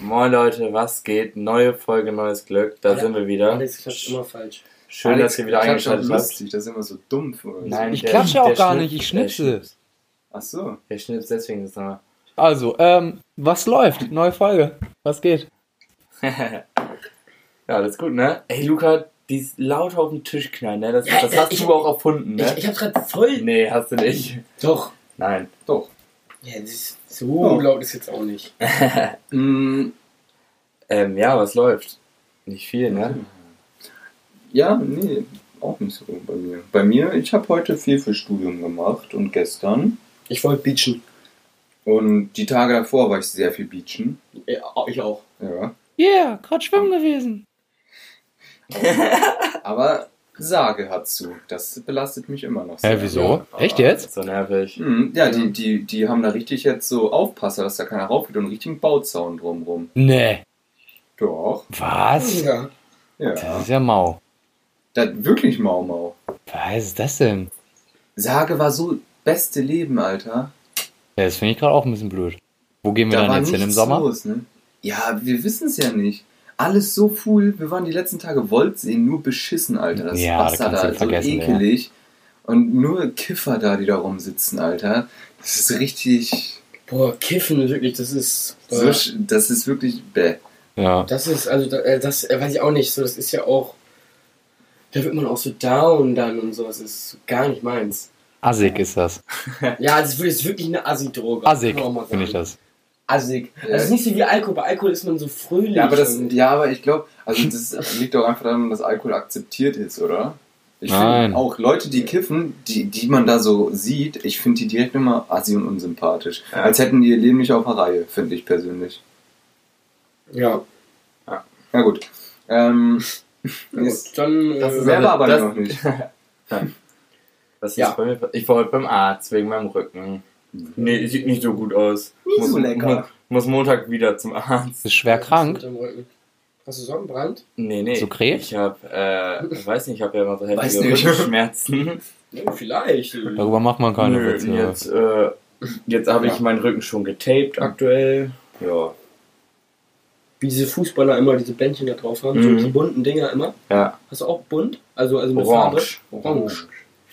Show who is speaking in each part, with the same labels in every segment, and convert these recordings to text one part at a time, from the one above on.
Speaker 1: Moin Leute, was geht? Neue Folge, neues Glück. Da
Speaker 2: Alter,
Speaker 1: sind wir wieder.
Speaker 2: Alex klatscht immer falsch.
Speaker 1: Schön,
Speaker 3: Alex,
Speaker 1: dass ihr wieder
Speaker 3: ich klatsch
Speaker 1: eingeschaltet
Speaker 3: auch
Speaker 1: habt.
Speaker 3: lustig, das ist immer so dumpf. Oder so.
Speaker 1: Nein,
Speaker 4: Ich
Speaker 1: der-
Speaker 4: klatsche auch
Speaker 1: der
Speaker 4: gar
Speaker 1: schnippt-
Speaker 4: nicht, ich
Speaker 1: der
Speaker 4: schnipse.
Speaker 1: schnippt.
Speaker 3: Ach so.
Speaker 1: Der schnipst, deswegen ist es nochmal.
Speaker 4: Also, ähm, was läuft? Neue Folge. Was geht?
Speaker 1: ja, alles gut, ne? Ey, Luca, die laut auf den Tisch knallen, ne? Das,
Speaker 2: Ja,
Speaker 1: das
Speaker 2: äh,
Speaker 1: hast
Speaker 2: ich-
Speaker 1: du auch erfunden, ne?
Speaker 2: Ich, ich hab grad voll.
Speaker 1: nee, hast du nicht.
Speaker 2: Doch.
Speaker 1: Nein.
Speaker 3: Doch.
Speaker 2: Ja, das ist so
Speaker 3: Oh.
Speaker 2: laut ist jetzt auch nicht.
Speaker 3: Mm,
Speaker 1: Ähm, ja, was läuft? Nicht viel, ne?
Speaker 3: ja, nee, auch nicht so bei mir. Bei mir, ich habe heute viel für Studium gemacht und gestern.
Speaker 2: Ich wollte beachen.
Speaker 3: Und die Tage davor war ich sehr viel beachen.
Speaker 2: Ja, Äh, ich auch.
Speaker 3: Ja.
Speaker 4: Yeah, gerade schwimmen gewesen.
Speaker 3: Aber Sage hat zu. Das belastet mich immer noch
Speaker 4: Hä,
Speaker 3: sehr.
Speaker 4: wieso?
Speaker 1: Ja,
Speaker 4: Echt
Speaker 1: oh,
Speaker 4: jetzt?
Speaker 1: So nervig.
Speaker 3: Hm, ja, die, die, die haben da richtig jetzt so Aufpasser, dass da keiner raufgeht und einen richtigen Bauzaun drumrum.
Speaker 4: Nee.
Speaker 3: Doch.
Speaker 4: Was?
Speaker 2: Ja.
Speaker 3: Ja.
Speaker 4: Das ist ja mau.
Speaker 3: Da, wirklich Mau Mau.
Speaker 4: Was ist das denn?
Speaker 3: Sage war so beste Leben, Alter.
Speaker 4: Ja, das finde ich gerade auch ein bisschen blöd. Wo gehen wir
Speaker 3: Da
Speaker 4: dann
Speaker 3: war
Speaker 4: jetzt hin im
Speaker 3: nichts
Speaker 4: Sommer?
Speaker 3: Los, ne? Ja, wir wissen es ja nicht. Alles so cool. Wir waren die letzten Tage Wolfseen nur beschissen, Alter. Das
Speaker 4: Ja, da
Speaker 3: Wasser
Speaker 4: kannst
Speaker 3: da,
Speaker 4: du
Speaker 3: so
Speaker 4: vergessen,
Speaker 3: ekelig. Und nur Kiffer da, die da rumsitzen, Alter. Das ist richtig.
Speaker 2: Boah, Kiffen, wirklich, das ist.
Speaker 3: So,
Speaker 2: äh,
Speaker 3: sch- das ist wirklich bäh.
Speaker 4: Ja.
Speaker 2: das ist, also, da- äh, das äh, weiß ich auch nicht. So, das ist ja auch. Da wird man auch so down dann und so. Das ist gar nicht meins.
Speaker 4: Assig ist das.
Speaker 2: Ja, das ist wirklich- das ist wirklich eine Assi-Droge.
Speaker 4: Assig
Speaker 2: Kann man auch mal
Speaker 4: finde ich
Speaker 2: sagen.
Speaker 4: das.
Speaker 2: Assig. Das ist nicht so wie Alkohol. Bei Alkohol ist man so fröhlich.
Speaker 3: Ja, aber das,
Speaker 2: und-
Speaker 3: ja, aber ich glaube, also das liegt doch einfach daran, dass Alkohol akzeptiert ist, oder? Ich
Speaker 4: Nein.
Speaker 3: finde auch Leute, die kiffen, die, die man da so sieht, ich finde die direkt immer assi und unsympathisch.
Speaker 1: Ja.
Speaker 3: Als hätten die ihr Leben nicht auf der Reihe, finde ich persönlich.
Speaker 2: ja.
Speaker 3: Na gut. Ähm,
Speaker 2: Na gut,
Speaker 3: ist,
Speaker 2: dann. Äh,
Speaker 1: Das ist
Speaker 3: selber aber
Speaker 1: das-
Speaker 3: noch nicht.
Speaker 1: Was ist
Speaker 2: Ja.
Speaker 1: bei mir? Ich war heute beim Arzt wegen meinem Rücken. Nee, sieht nicht so gut aus.
Speaker 3: Nicht so lecker.
Speaker 1: Muss, muss Montag wieder zum Arzt.
Speaker 4: Ist schwer
Speaker 2: Mit
Speaker 4: krank.
Speaker 2: dem Rücken. Hast du Sonnenbrand?
Speaker 1: Nee, nee.
Speaker 4: So Krebs?
Speaker 1: Ich hab, äh, ich weiß nicht, ich hab ja immer so
Speaker 3: Weiß
Speaker 1: heftige
Speaker 3: nicht.
Speaker 1: Rückenschmerzen.
Speaker 2: Ja, vielleicht. Also,
Speaker 4: Darüber macht man keine
Speaker 1: Nö,
Speaker 4: Witze.
Speaker 1: jetzt, äh, jetzt habe ich
Speaker 3: Ja.
Speaker 1: meinen Rücken schon getaped aktuell. Ja.
Speaker 2: Wie diese Fußballer immer diese Bändchen da drauf haben,
Speaker 1: Mhm.
Speaker 2: so die bunten Dinger immer.
Speaker 1: Ja.
Speaker 2: Hast du auch bunt? Also, also mit
Speaker 1: Orange.
Speaker 2: Farbe? Orange.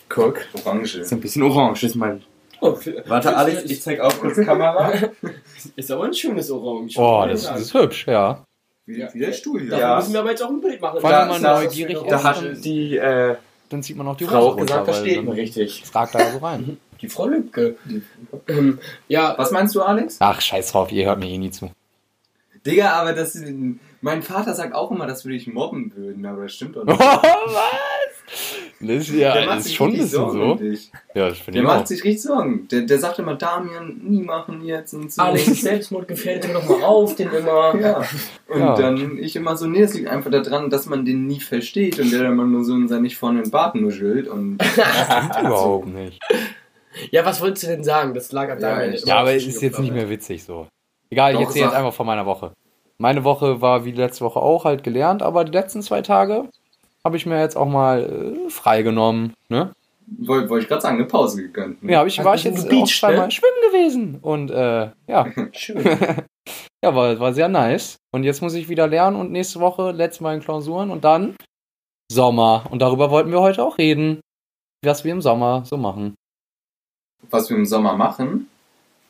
Speaker 1: Guck.
Speaker 4: Oh.
Speaker 3: Orange.
Speaker 1: Ist ein bisschen orange, ist mein.
Speaker 2: Oh, für-
Speaker 1: Warte,
Speaker 2: für-
Speaker 1: Alex,
Speaker 2: ist-
Speaker 1: ich zeig auch kurz Kamera.
Speaker 2: Ist aber ein schönes Orange.
Speaker 4: Oh, das, das ist hübsch, ja.
Speaker 3: Wie, wie der Stuhl hier.
Speaker 2: Davon
Speaker 1: Ja.
Speaker 2: müssen wir aber jetzt auch ein Bild machen.
Speaker 4: Vor allem, wenn
Speaker 3: Da-
Speaker 4: man
Speaker 3: da-
Speaker 4: neugierig ist,
Speaker 1: Da hat
Speaker 4: dann,
Speaker 1: die äh,
Speaker 4: dann zieht man auch die
Speaker 1: Frau
Speaker 4: Hose
Speaker 1: gesagt, da
Speaker 4: runter, weil
Speaker 1: steht Mhm.
Speaker 4: dann-
Speaker 1: man richtig.
Speaker 4: Das ragt da so rein.
Speaker 2: Die Frau Lübke. Ähm, ja,
Speaker 3: Was meinst du, Alex?
Speaker 4: Ach, scheiß drauf, ihr hört mir eh nie zu.
Speaker 3: Digga, aber das. Mein Vater sagt auch immer, dass wir dich mobben würden, aber das stimmt doch
Speaker 4: Oh,
Speaker 3: nicht.
Speaker 4: was? Das ist
Speaker 3: Der
Speaker 4: ja
Speaker 3: macht
Speaker 4: ist
Speaker 3: sich
Speaker 4: schon ein
Speaker 3: richtig
Speaker 4: bisschen
Speaker 3: Sorgen
Speaker 4: so. Genau.
Speaker 3: um dich.
Speaker 4: Ja, das finde
Speaker 3: Der
Speaker 4: ich auch.
Speaker 3: macht sich richtig Sorgen. Der, der sagt immer, Damian, nie machen jetzt und so.
Speaker 2: Alex, Selbstmord gefällt ihm doch mal auf, den immer.
Speaker 3: Ja. Und
Speaker 4: Ja.
Speaker 3: dann ich immer so, nee, es liegt einfach daran, dass man den nie versteht und der dann immer nur so in seinen nicht vorhandenen Bart nuschelt und
Speaker 4: Überhaupt nicht.
Speaker 2: Ja, was wolltest du denn sagen? Das lag an
Speaker 3: Ja,
Speaker 2: deinem
Speaker 3: ich-
Speaker 4: Ja, aber es ist jetzt nicht mehr witzig so. Egal, ich
Speaker 3: Doch,
Speaker 4: erzähle jetzt
Speaker 3: sag-
Speaker 4: einfach von meiner Woche. Meine Woche war wie letzte Woche auch halt gelernt, aber die letzten zwei Tage habe ich mir jetzt auch mal äh, freigenommen. Ne?
Speaker 3: wollte wollt ich gerade sagen, eine Pause gegönnt. ne?
Speaker 4: Ja, hab ich,
Speaker 2: Hast
Speaker 4: war
Speaker 2: du
Speaker 4: ich jetzt auch
Speaker 2: gebeacht, ne?
Speaker 4: zweimal schwimmen gewesen. Und äh, ja,
Speaker 2: Schön.
Speaker 4: ja war, war sehr nice. Und jetzt muss ich wieder lernen und nächste Woche letzte Mal in Klausuren und dann Sommer. Und darüber wollten wir heute auch reden, was wir im Sommer so machen.
Speaker 3: Was wir im Sommer machen.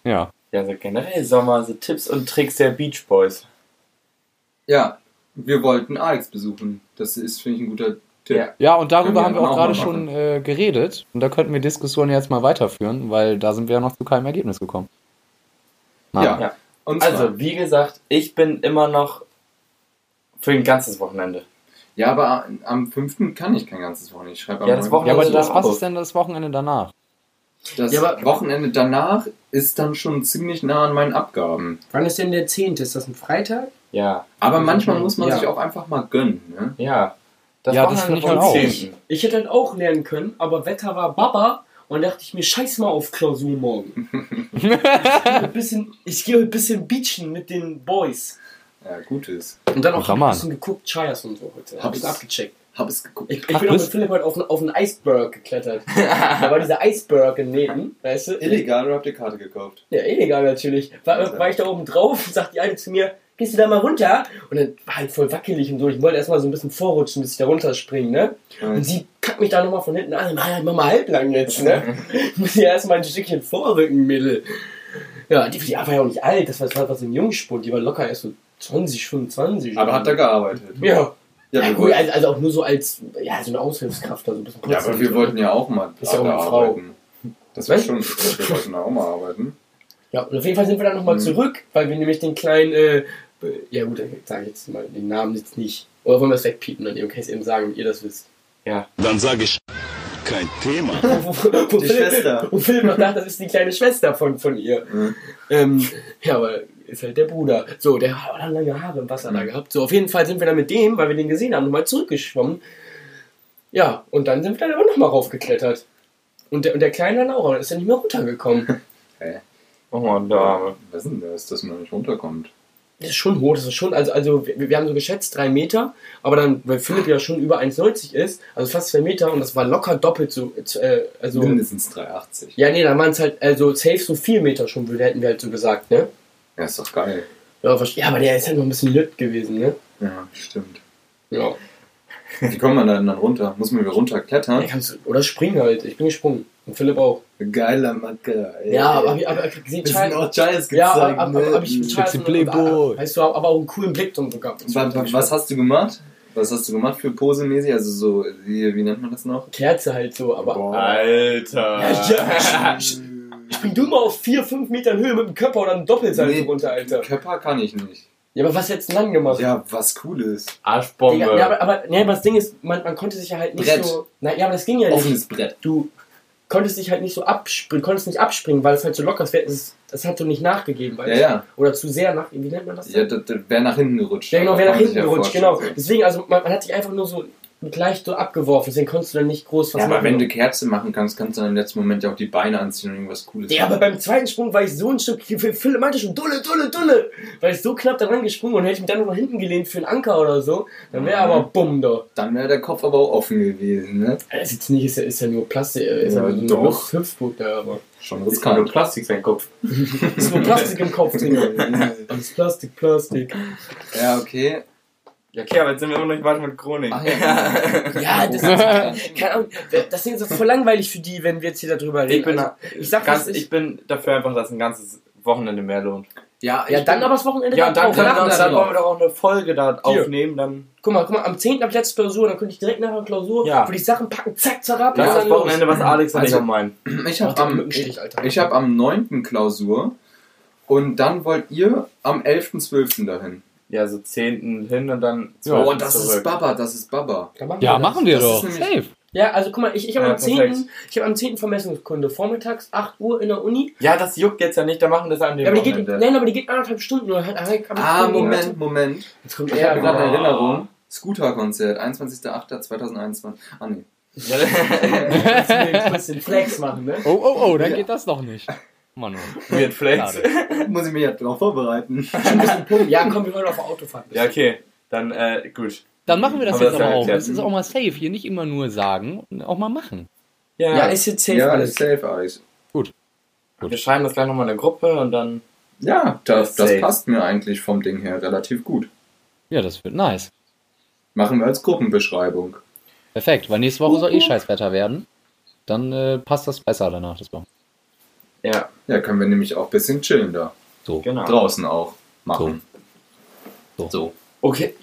Speaker 4: Ja.
Speaker 1: Ja, so generell Sommer, so Tipps und Tricks der Beach Boys.
Speaker 3: Ja, wir wollten Alex besuchen. Das ist, finde ich, ein guter Tipp.
Speaker 1: Ja.
Speaker 4: Ja,
Speaker 3: Können
Speaker 4: und darüber
Speaker 3: wir
Speaker 4: haben wir
Speaker 3: dann
Speaker 4: auch
Speaker 3: auch
Speaker 4: gerade
Speaker 3: mal
Speaker 4: schon
Speaker 3: machen.
Speaker 4: äh, geredet. Und da könnten wir Diskussionen jetzt mal weiterführen, weil da sind wir ja noch zu keinem Ergebnis gekommen. Na,
Speaker 3: Ja.
Speaker 1: Ja.
Speaker 3: Und zwar,
Speaker 1: Also, wie gesagt, ich bin immer noch für ein ganzes Wochenende.
Speaker 3: ja, aber am 5. kann ich kein ganzes Wochenende. Ich schreibe am
Speaker 1: Ja, das
Speaker 3: 9.
Speaker 1: Wochenende-
Speaker 4: Ja, aber
Speaker 1: Also
Speaker 4: das, was
Speaker 1: auf.
Speaker 4: ist denn das Wochenende danach?
Speaker 3: Das
Speaker 2: Ja, aber-
Speaker 3: Wochenende danach ist dann schon ziemlich nah an meinen Abgaben.
Speaker 2: Wann ist denn der 10.? Ist das ein Freitag?
Speaker 1: Ja,
Speaker 3: Aber manchmal muss man
Speaker 2: Ja.
Speaker 3: sich auch einfach mal gönnen. Ne?
Speaker 1: ja.
Speaker 4: Ja, das
Speaker 1: Wochenende
Speaker 4: finde ich
Speaker 1: vom
Speaker 4: halt auch.
Speaker 1: 10..
Speaker 2: Ich hätte dann auch lernen können, aber Wetter war Baba und dachte ich mir, scheiß mal auf Klausur morgen. ich gehe ein bisschen, ich gehe ein bisschen beachen mit den Boys.
Speaker 3: Ja, gutes.
Speaker 2: Und dann auch
Speaker 4: Ach,
Speaker 2: hab ich
Speaker 4: Mann.
Speaker 2: ein bisschen geguckt, Chias und so heute.
Speaker 3: Hab
Speaker 2: Hab ich
Speaker 3: es-
Speaker 2: abgecheckt.
Speaker 3: Hab es geguckt.
Speaker 2: Ich, ich bin auch mit
Speaker 4: bist-
Speaker 2: Philipp heute auf, auf einen Eisberg geklettert. da war dieser Eisberg im Neben, weißt du?
Speaker 3: Illegal oder habt ihr Karte gekauft?
Speaker 2: Ja, illegal natürlich. War, war ich da oben drauf und sagt die eine zu mir, gehst du da mal runter? Und dann war halt voll wackelig und so. Ich wollte erstmal so ein bisschen vorrutschen, bis ich da runterspringe, ne? Und sie packt mich da nochmal von hinten an. halt, Mach mach mal halblang jetzt, ne? Ich muss ja erstmal ein Stückchen vorrücken, Mädel. Ja, die, die war ja auch nicht alt. Das war, das war so ein Jungspund. Die war locker erst so 20, 25.
Speaker 3: Aber hat er gearbeitet?
Speaker 2: Ja.
Speaker 3: Ja,
Speaker 2: Ja,
Speaker 3: wir
Speaker 2: cool,
Speaker 3: wollten,
Speaker 2: also, also auch nur so als ja, so eine Aushilfskraft, da so ein bisschen
Speaker 3: ja aber wir wollten ja auch mal
Speaker 2: Ist ja auch eine
Speaker 3: da
Speaker 2: Frau.
Speaker 3: arbeiten. Das war schon, wir wollten da auch mal arbeiten.
Speaker 2: Ja, und auf jeden Fall sind wir dann nochmal
Speaker 3: Mhm.
Speaker 2: zurück, weil wir nämlich den kleinen, äh, ja gut, dann sage ich jetzt mal den Namen jetzt nicht. Oder wollen wir es wegpiepen, dann ihr könnt es eben sagen, wenn ihr das wisst.
Speaker 5: Dann sage ich, kein Thema.
Speaker 2: Wo, wo
Speaker 3: Die
Speaker 2: Philipp-
Speaker 3: Schwester.
Speaker 2: Wo Philipp noch dachte, das ist die kleine Schwester von, von ihr.
Speaker 3: Mhm.
Speaker 2: Ähm, ja, aber ist halt der Bruder. So, der hat auch dann lange Haare im Wasser da
Speaker 3: Mhm.
Speaker 2: gehabt. So, auf jeden Fall sind wir dann mit dem, weil wir den gesehen haben, nochmal zurückgeschwommen. Ja, und dann sind wir dann auch nochmal raufgeklettert. Und der, und der Kleine dann auch, aber ist ja nicht mehr runtergekommen.
Speaker 1: Oh Mann, Dame.
Speaker 3: Was ist denn das, dass man nicht runterkommt?
Speaker 2: Das ist schon hoch, das ist schon, also, also wir, wir haben so geschätzt drei Meter, aber dann, weil Philipp ja schon über 1,90 ist, also fast zwei Meter und das war locker doppelt so, äh, also,
Speaker 3: Mindestens 3,80.
Speaker 2: ja nee, dann waren es halt, also safe so vier Meter schon, würde- hätten wir halt so gesagt, ne?
Speaker 3: Ja, ist doch geil.
Speaker 2: Ja, verste- ja aber der ist halt noch ein bisschen lütt gewesen, ne?
Speaker 3: Ja, stimmt.
Speaker 2: Ja.
Speaker 3: Wie kommt man da denn dann runter? Muss man wieder
Speaker 2: ja
Speaker 3: runterklettern?
Speaker 2: kannst, oder springen halt, ich bin gesprungen und Philipp auch.
Speaker 3: Geiler Macke. ey.
Speaker 2: Ja, aber hab ich, aber hab ich gesehen,
Speaker 3: Wir sind
Speaker 2: Charles,
Speaker 3: auch Giles gezeigt.
Speaker 2: ja, aber, aber,
Speaker 3: ne?
Speaker 2: aber, aber ich mit Charles
Speaker 4: Sexy
Speaker 2: und-
Speaker 4: Playboy.
Speaker 2: Weißt du, aber auch einen coolen Blick und so gehabt.
Speaker 3: Wa- wa- was hast du gemacht? Was hast du gemacht für posemäßig? Also so, wie, wie nennt man das noch? Äh,
Speaker 2: Kerze halt so, aber...
Speaker 1: Alter.
Speaker 2: Ja, spring du mal auf 4, 5 Metern Höhe mit dem Körper oder einem Doppelsalto
Speaker 3: Nee.
Speaker 2: runter, Alter.
Speaker 3: Körper kann ich nicht.
Speaker 2: Ja, aber was hättest du denn dann gemacht?
Speaker 3: Ja, was Cooles.
Speaker 1: Arschbombe.
Speaker 2: Digga, ja, aber, aber, nee, aber das Ding ist, man, man konnte sich ja halt nicht
Speaker 3: Brett.
Speaker 2: so. Nein, ja, aber das ging ja nicht.
Speaker 3: Offenes Brett.
Speaker 2: Du konntest dich halt nicht so abspringen, konntest nicht abspringen, weil es halt so locker ist. Das, das hat so nicht nachgegeben, weißt
Speaker 3: Ja,
Speaker 2: du?
Speaker 3: ja.
Speaker 2: Oder zu sehr nach. Wie nennt man das?
Speaker 3: Ja, das, das wäre nach hinten gerutscht.
Speaker 2: ja genau,
Speaker 3: Das
Speaker 2: wer
Speaker 3: kann
Speaker 2: nach
Speaker 3: man
Speaker 2: hinten
Speaker 3: sich ja
Speaker 2: rutscht, genau.
Speaker 3: vorstellen.
Speaker 2: Deswegen, also man, man hat sich einfach nur so mit leicht so abgeworfen, deswegen konntest du dann nicht groß um was genau-
Speaker 3: Ja, aber
Speaker 2: machen.
Speaker 3: wenn du Kerze machen kannst, kannst du dann im letzten Moment ja auch die Beine anziehen und irgendwas Cooles
Speaker 2: Ja, aber
Speaker 3: machen.
Speaker 2: beim zweiten Sprung war ich so ein Stück, Philipp meinte schon, dulle, dulle, dulle, weil ich so knapp daran gesprungen und hätte ich mich dann noch nach hinten gelehnt für einen Anker oder so, dann wäre
Speaker 3: Mhm.
Speaker 2: aber bumm da.
Speaker 3: Dann wäre der Kopf aber auch offen gewesen, ne?
Speaker 2: Das ist jetzt nicht, ist ja, ist ja nur Plastik, äh, ist
Speaker 3: Ja,
Speaker 1: Mhm,
Speaker 2: ja, nur
Speaker 3: doch.
Speaker 2: doch. Hüftburg da, aber.
Speaker 3: Schon
Speaker 1: das kann nur
Speaker 3: riskant.
Speaker 1: Plastik sein Kopf.
Speaker 2: Ist nur Plastik im Kopf, Digga. Alles Plastik, Plastik.
Speaker 3: Ja, okay.
Speaker 1: Ja, okay, aber jetzt sind wir immer noch nicht weiter mit Chronik.
Speaker 3: Ach, ja.
Speaker 2: Ja, das ist, keine Ahnung, das Ding ist so voll langweilig für die, wenn wir jetzt hier darüber reden.
Speaker 1: Ich bin,
Speaker 2: Also, ich sag
Speaker 1: ganz,
Speaker 2: was ich-
Speaker 1: ich bin dafür einfach, dass ein ganzes Wochenende mehr lohnt.
Speaker 3: ja,
Speaker 2: ja, dann aber das Wochenende
Speaker 1: Ja, und dann,
Speaker 2: drauf.
Speaker 1: können wir,
Speaker 3: dann-
Speaker 1: uns-
Speaker 3: dann
Speaker 1: dann wollen wir doch auch eine Folge da aufnehmen, dann
Speaker 2: Guck mal, guck mal, am 10. habe ich letzte Klausur, dann könnte ich direkt nach der Klausur,
Speaker 1: Ja.
Speaker 2: würde ich Sachen packen, zack,
Speaker 1: das
Speaker 2: zerraten, und
Speaker 1: ist das
Speaker 2: dann los.
Speaker 1: Wochenende, was Alex und
Speaker 3: Also-
Speaker 1: ich auch meinen.
Speaker 3: Ich
Speaker 2: Ach,
Speaker 3: habe
Speaker 2: der
Speaker 3: am,
Speaker 2: Mückenstich,
Speaker 3: ich,
Speaker 2: Alter.
Speaker 3: ich hab am 9. Klausur und dann wollt ihr am 11.12. dahin.
Speaker 1: Ja, so 10. hin und dann
Speaker 4: Ja.
Speaker 3: oh,
Speaker 1: 12.
Speaker 3: das ist
Speaker 1: zurück.
Speaker 3: Baba, das ist Baba.
Speaker 2: Dann machen
Speaker 4: Ja,
Speaker 2: das.
Speaker 4: machen wir
Speaker 3: das
Speaker 4: doch.
Speaker 3: ist
Speaker 4: Safe.
Speaker 3: nämlich-
Speaker 2: Ja, also guck mal, ich, ich habe
Speaker 1: Ja,
Speaker 2: am, 10.
Speaker 1: perfekt.
Speaker 2: Ich hab am 10. Vermessungskunde, vormittags 8 Uhr in der Uni.
Speaker 1: Ja, das juckt jetzt ja nicht, da machen wir das an dem
Speaker 2: Ja, aber die geht,
Speaker 1: Wochenende.
Speaker 2: nein, aber die geht anderthalb Stunden. Oder halt, halt, hab ich
Speaker 3: Ah,
Speaker 2: Stunden
Speaker 3: Moment, genau.
Speaker 2: gemacht.
Speaker 3: Moment.
Speaker 2: Jetzt kommt
Speaker 3: Ich habe gerade
Speaker 2: er.
Speaker 3: eine Erinnerung. Scooter-Konzert, 21.08.2021. Ah, nee.
Speaker 1: Ja, das-
Speaker 2: ein bisschen Flex machen, ne?
Speaker 4: Oh, oh, oh, dann geht das noch nicht. Mann,
Speaker 1: Weird Flex.
Speaker 4: schade.
Speaker 3: Muss ich mich ja drauf vorbereiten.
Speaker 2: Ja, komm, wir wollen auf der Autofahrt.
Speaker 1: Ja, okay. Dann, äh, gut.
Speaker 4: Dann machen wir das
Speaker 1: Aber
Speaker 4: jetzt
Speaker 1: das
Speaker 4: aber
Speaker 1: ja
Speaker 4: auch.
Speaker 1: erklärt.
Speaker 4: Das ist auch mal safe. Hier nicht immer nur sagen, und auch mal machen.
Speaker 2: Ja, ist jetzt safe
Speaker 3: ja,
Speaker 2: alles.
Speaker 3: safe alles.
Speaker 1: Wir schreiben das gleich nochmal in der Gruppe und dann.
Speaker 3: Ja, das, das
Speaker 1: Safe.
Speaker 3: passt mir eigentlich vom Ding her relativ gut.
Speaker 4: Ja, das wird nice.
Speaker 3: Machen wir als Gruppenbeschreibung.
Speaker 4: Perfekt, weil nächste Woche soll eh Scheißwetter werden. Dann äh, passt das besser danach, das Wochenende.
Speaker 1: Ja,
Speaker 3: Ja, können wir nämlich auch ein bisschen chillen da.
Speaker 4: So.
Speaker 1: genau.
Speaker 3: Draußen auch machen.
Speaker 4: So.
Speaker 3: so.
Speaker 1: Okay,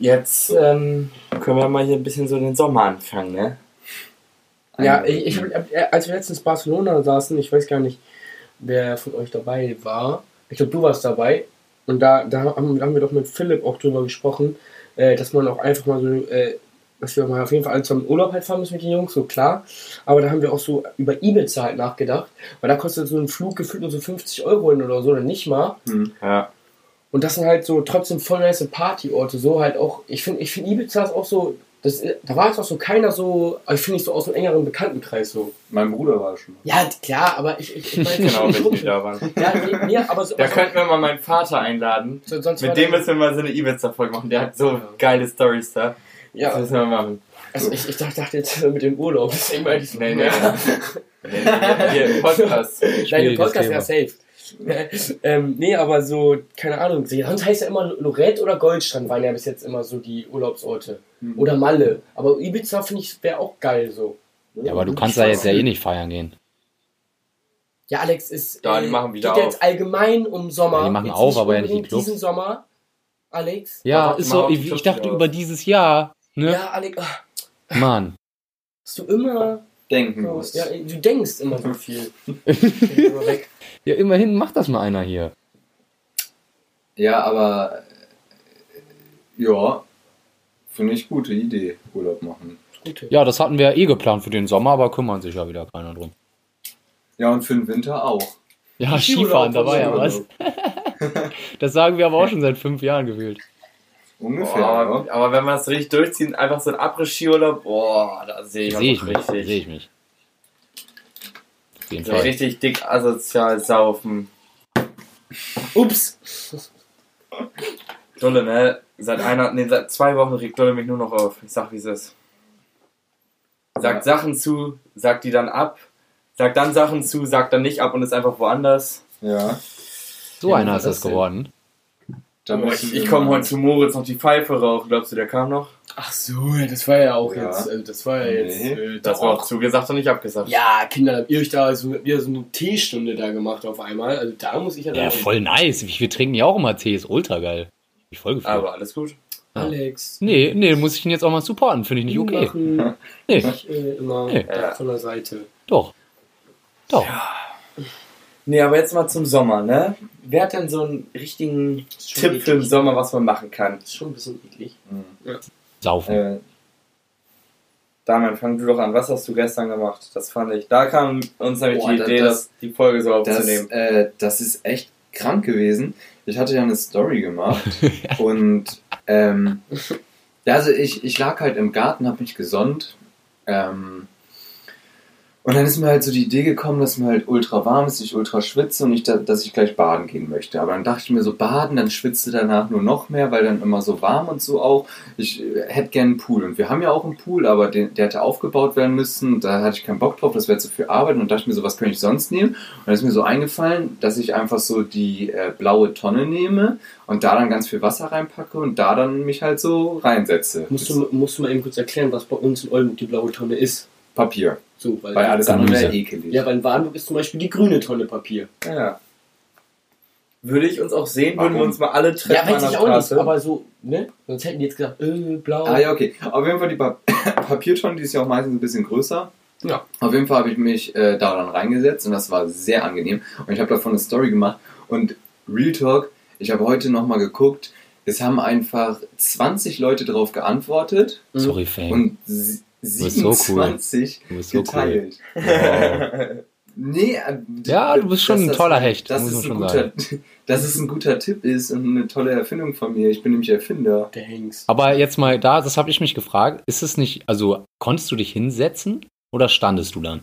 Speaker 1: jetzt ähm, können wir mal hier ein bisschen so den Sommer anfangen, ne?
Speaker 2: Ja, ich, ich, hab- als wir letztens Barcelona saßen, ich weiß gar nicht, wer von euch dabei war. Ich glaube, du warst dabei. Und da, da haben, da haben wir doch mit Philipp auch drüber gesprochen, äh, dass man auch einfach mal so, äh, dass wir mal auf jeden Fall alle zusammen in Urlaub halt fahren müssen mit den Jungs, so klar. Aber da haben wir auch so über Ibiza halt nachgedacht, weil da kostet so ein Flug gefühlt nur so 50 Euro hin oder so, oder nicht mal.
Speaker 1: Ja.
Speaker 2: Und das sind halt so trotzdem voll nice Partyorte, so halt auch, ich finde ich find Ibiza ist auch so, das, da war jetzt auch so keiner so, ich finde ich so aus dem engeren Bekanntenkreis so.
Speaker 3: Mein Bruder war schon.
Speaker 2: Ja, klar, aber ich, ich, ich meine
Speaker 1: Genau, wenn die da waren.
Speaker 2: Ja, nee, nee, aber so, also,
Speaker 1: Da könnten wir mal meinen Vater einladen.
Speaker 2: so, sonst war
Speaker 1: Mit dem
Speaker 2: der-
Speaker 1: müssen wir mal so eine Ibiza-Folge machen. Der hat so geile Stories da. Das
Speaker 2: Ja,
Speaker 1: müssen wir machen.
Speaker 2: also ich, ich dachte dachte jetzt mit dem Urlaub, deswegen meinte ich so.
Speaker 1: Nee, nee. nee. nee. Hier, Podcast.
Speaker 2: Nein, im
Speaker 4: Schwieriges
Speaker 2: Podcast
Speaker 4: Thema.
Speaker 2: ja safe. ähm, nee, aber so, keine Ahnung. Sonst heißt ja immer Lorette oder Goldstrand waren ja bis jetzt immer so die Urlaubsorte.
Speaker 1: Mhm.
Speaker 2: Oder Malle. Aber Ibiza finde ich wäre auch geil so.
Speaker 4: Ja, aber du kannst da jetzt ja eh nicht feiern gehen.
Speaker 2: Ja, Alex ist. äh,
Speaker 1: Ja, die machen wieder
Speaker 2: geht ja jetzt
Speaker 1: auf.
Speaker 2: allgemein um Sommer.
Speaker 4: Ja, die machen
Speaker 2: Jetzt
Speaker 4: auf, aber ja nicht die
Speaker 2: unbedingt
Speaker 4: Clubs.
Speaker 2: Diesen Sommer, Alex.
Speaker 4: Ja,
Speaker 1: doch,
Speaker 4: ist
Speaker 1: mach
Speaker 4: so,
Speaker 1: auf
Speaker 4: ich,
Speaker 1: die
Speaker 4: ich
Speaker 1: Clubs
Speaker 4: dachte
Speaker 1: wieder
Speaker 4: über
Speaker 1: auf.
Speaker 4: dieses Jahr,
Speaker 2: Ja,
Speaker 4: ne?
Speaker 2: Alex, ach,
Speaker 4: Mann.
Speaker 2: hast du immer.
Speaker 3: Denken
Speaker 2: So,
Speaker 3: musst.
Speaker 2: ja, du denkst immer so viel. Ich bin immer weg.
Speaker 4: Ja, immerhin macht das mal einer hier.
Speaker 3: Ja, aber äh, ja, finde ich gute Idee, Urlaub machen.
Speaker 2: Gute.
Speaker 4: Ja, das hatten wir ja eh geplant für den Sommer, aber kümmern sich ja wieder keiner drum.
Speaker 3: Ja, und für den Winter auch.
Speaker 4: Ja,
Speaker 2: Skiurlaub,
Speaker 4: Skifahren, da war ja was.
Speaker 3: Skiurlaub.
Speaker 4: Das sagen wir aber auch schon seit fünf Jahren gefühlt.
Speaker 3: Ungefähr, ne?
Speaker 1: Boah,
Speaker 3: ja.
Speaker 1: Oh, aber wenn man es richtig durchzieht, einfach so ein Abriss-Skiurlaub, boah, da sehe ich,
Speaker 4: Sehe ich
Speaker 1: auch
Speaker 4: mich,
Speaker 1: richtig.
Speaker 4: sehe ich mich. Auf jeden
Speaker 1: So
Speaker 4: Fall.
Speaker 1: richtig dick asozial saufen.
Speaker 2: Ups.
Speaker 1: Dulle, ne? Seit einer, nee, seit zwei Wochen regt Dulle mich nur noch auf. Ich sag, wie es ist. Sagt Sachen zu, sagt die dann ab, sagt dann Sachen zu, sagt dann nicht ab und ist einfach woanders.
Speaker 3: ja.
Speaker 4: So einer ist das geworden.
Speaker 3: Da
Speaker 1: Boah,
Speaker 3: müssen
Speaker 1: ich
Speaker 3: wir
Speaker 1: ich komme
Speaker 3: mal-
Speaker 1: heute zu Moritz noch die Pfeife rauchen. Glaubst du, der kam noch?
Speaker 2: Ach so, das war ja auch
Speaker 3: Ja.
Speaker 2: jetzt. Also das war ja jetzt.
Speaker 3: Nee.
Speaker 2: Äh,
Speaker 1: Das war auch zugesagt und nicht abgesagt.
Speaker 2: Ja, Kinder, habt ihr euch da so, ihr so eine Teestunde da gemacht auf einmal. Also da muss ich ja
Speaker 4: Ja,
Speaker 2: sagen,
Speaker 4: voll nice. Wir wir trinken ja auch immer Tee, ist ultra geil. Hab Ich voll gefühlt.
Speaker 1: Aber alles gut.
Speaker 2: Alex,
Speaker 4: Nee, nee, muss ich ihn jetzt auch mal supporten, finde ich nicht okay.
Speaker 2: machen
Speaker 4: Nee,
Speaker 2: ich äh, immer
Speaker 4: Nee.
Speaker 2: da von der Seite.
Speaker 4: doch. Doch.
Speaker 1: Nee, aber jetzt mal zum Sommer, ne? Wer hat denn so einen richtigen
Speaker 2: schon
Speaker 1: Tipp
Speaker 2: eklig.
Speaker 1: für den Sommer, was man machen kann?
Speaker 2: Ist schon ein bisschen eklig.
Speaker 4: Saufen.
Speaker 3: Äh,
Speaker 1: Damian, fang du doch an. Was hast du gestern gemacht? Das fand ich. Da kam uns nämlich
Speaker 3: Boah,
Speaker 1: die
Speaker 3: das-
Speaker 1: Idee,
Speaker 3: das-
Speaker 1: das, die Folge so
Speaker 3: das,
Speaker 1: aufzunehmen.
Speaker 3: äh, das ist echt krank gewesen. Ich hatte ja eine Story gemacht und ähm, ja, also ich, ich lag halt im Garten, habe mich gesonnt ähm, und dann ist mir halt so die Idee gekommen, dass mir halt ultra warm ist, ich ultra schwitze und ich da, dass ich gleich baden gehen möchte. Aber dann dachte ich mir so, baden, dann schwitze danach nur noch mehr, weil dann immer so warm und so auch. Ich äh, hätte gerne einen Pool und wir haben ja auch einen Pool, aber den, der hätte aufgebaut werden müssen. Da hatte ich keinen Bock drauf, das wäre zu viel Arbeit und dachte ich mir so, was könnte ich sonst nehmen? Und dann ist mir so eingefallen, dass ich einfach so die äh, blaue Tonne nehme und da dann ganz viel Wasser reinpacke und da dann mich halt so reinsetze.
Speaker 2: Musst du, musst du mal eben kurz erklären, was bei uns in Oldenburg die blaue Tonne ist.
Speaker 3: Papier.
Speaker 2: So, weil,
Speaker 3: Weil alles andere wäre
Speaker 4: Gemüse.
Speaker 3: ekelig.
Speaker 2: ja, weil in Warnburg ist zum Beispiel die grüne Tonne Papier.
Speaker 1: ja. Würde ich uns auch sehen, würden wir
Speaker 3: Warum?
Speaker 1: uns mal alle treffen
Speaker 2: Ja, weiß
Speaker 1: an der
Speaker 2: ich auch nicht,
Speaker 1: Straße.
Speaker 2: aber so, ne? Sonst hätten die jetzt gesagt, äh, blau.
Speaker 3: Ah ja, okay. Auf jeden Fall die pa Papiertonne, die ist ja auch meistens ein bisschen größer.
Speaker 2: Ja.
Speaker 3: Auf jeden Fall habe ich mich äh, daran reingesetzt und das war sehr angenehm. Und ich habe davon eine Story gemacht. Und Real Talk, ich habe heute nochmal geguckt. Es haben einfach 20 Leute darauf geantwortet
Speaker 4: Sorry, Fang.
Speaker 3: und sie-
Speaker 4: Mhm. bist so cool.
Speaker 3: 27
Speaker 4: Du bist so cool.
Speaker 3: geteilt.
Speaker 4: Wow.
Speaker 3: Nee, äh,
Speaker 4: Ja, du bist schon ein toller Hecht,
Speaker 3: Das
Speaker 4: muss man
Speaker 3: ist ein
Speaker 4: schon
Speaker 3: guter, dass es ein guter Tipp ist und eine tolle Erfindung von mir. Ich bin nämlich Erfinder.
Speaker 2: Der Hengst.
Speaker 4: Aber jetzt mal da, das habe ich mich gefragt. Ist es nicht, also konntest du dich hinsetzen oder standest du dann?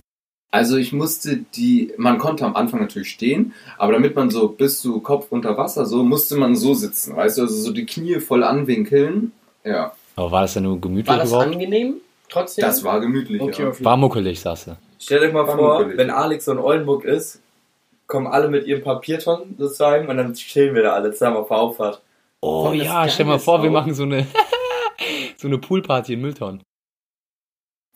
Speaker 3: Also ich musste die, man konnte am Anfang natürlich stehen, aber damit man so bis zu Kopf unter Wasser so, musste man so sitzen, weißt du, also so die Knie voll anwinkeln. Ja,
Speaker 4: Aber war das denn nur
Speaker 2: War
Speaker 4: gemütlich
Speaker 2: das
Speaker 4: überhaupt?
Speaker 2: angenehm? Trotzdem?
Speaker 3: das war gemütlich.
Speaker 2: okay,
Speaker 3: ja.
Speaker 2: auf jeden
Speaker 4: War muckelig, sagst du.
Speaker 1: Stellt euch mal
Speaker 3: War
Speaker 1: vor,
Speaker 3: muckelig.
Speaker 1: wenn Alex so in Oldenburg ist, kommen alle mit ihren Papiertonnen sozusagen und dann chillen wir da alle zusammen auf der Auffahrt.
Speaker 4: Oh
Speaker 3: Und das
Speaker 4: ja, stell mal
Speaker 3: Geile ist
Speaker 4: vor, wir
Speaker 3: auch-
Speaker 4: machen so eine, so eine Poolparty in Mülltonnen.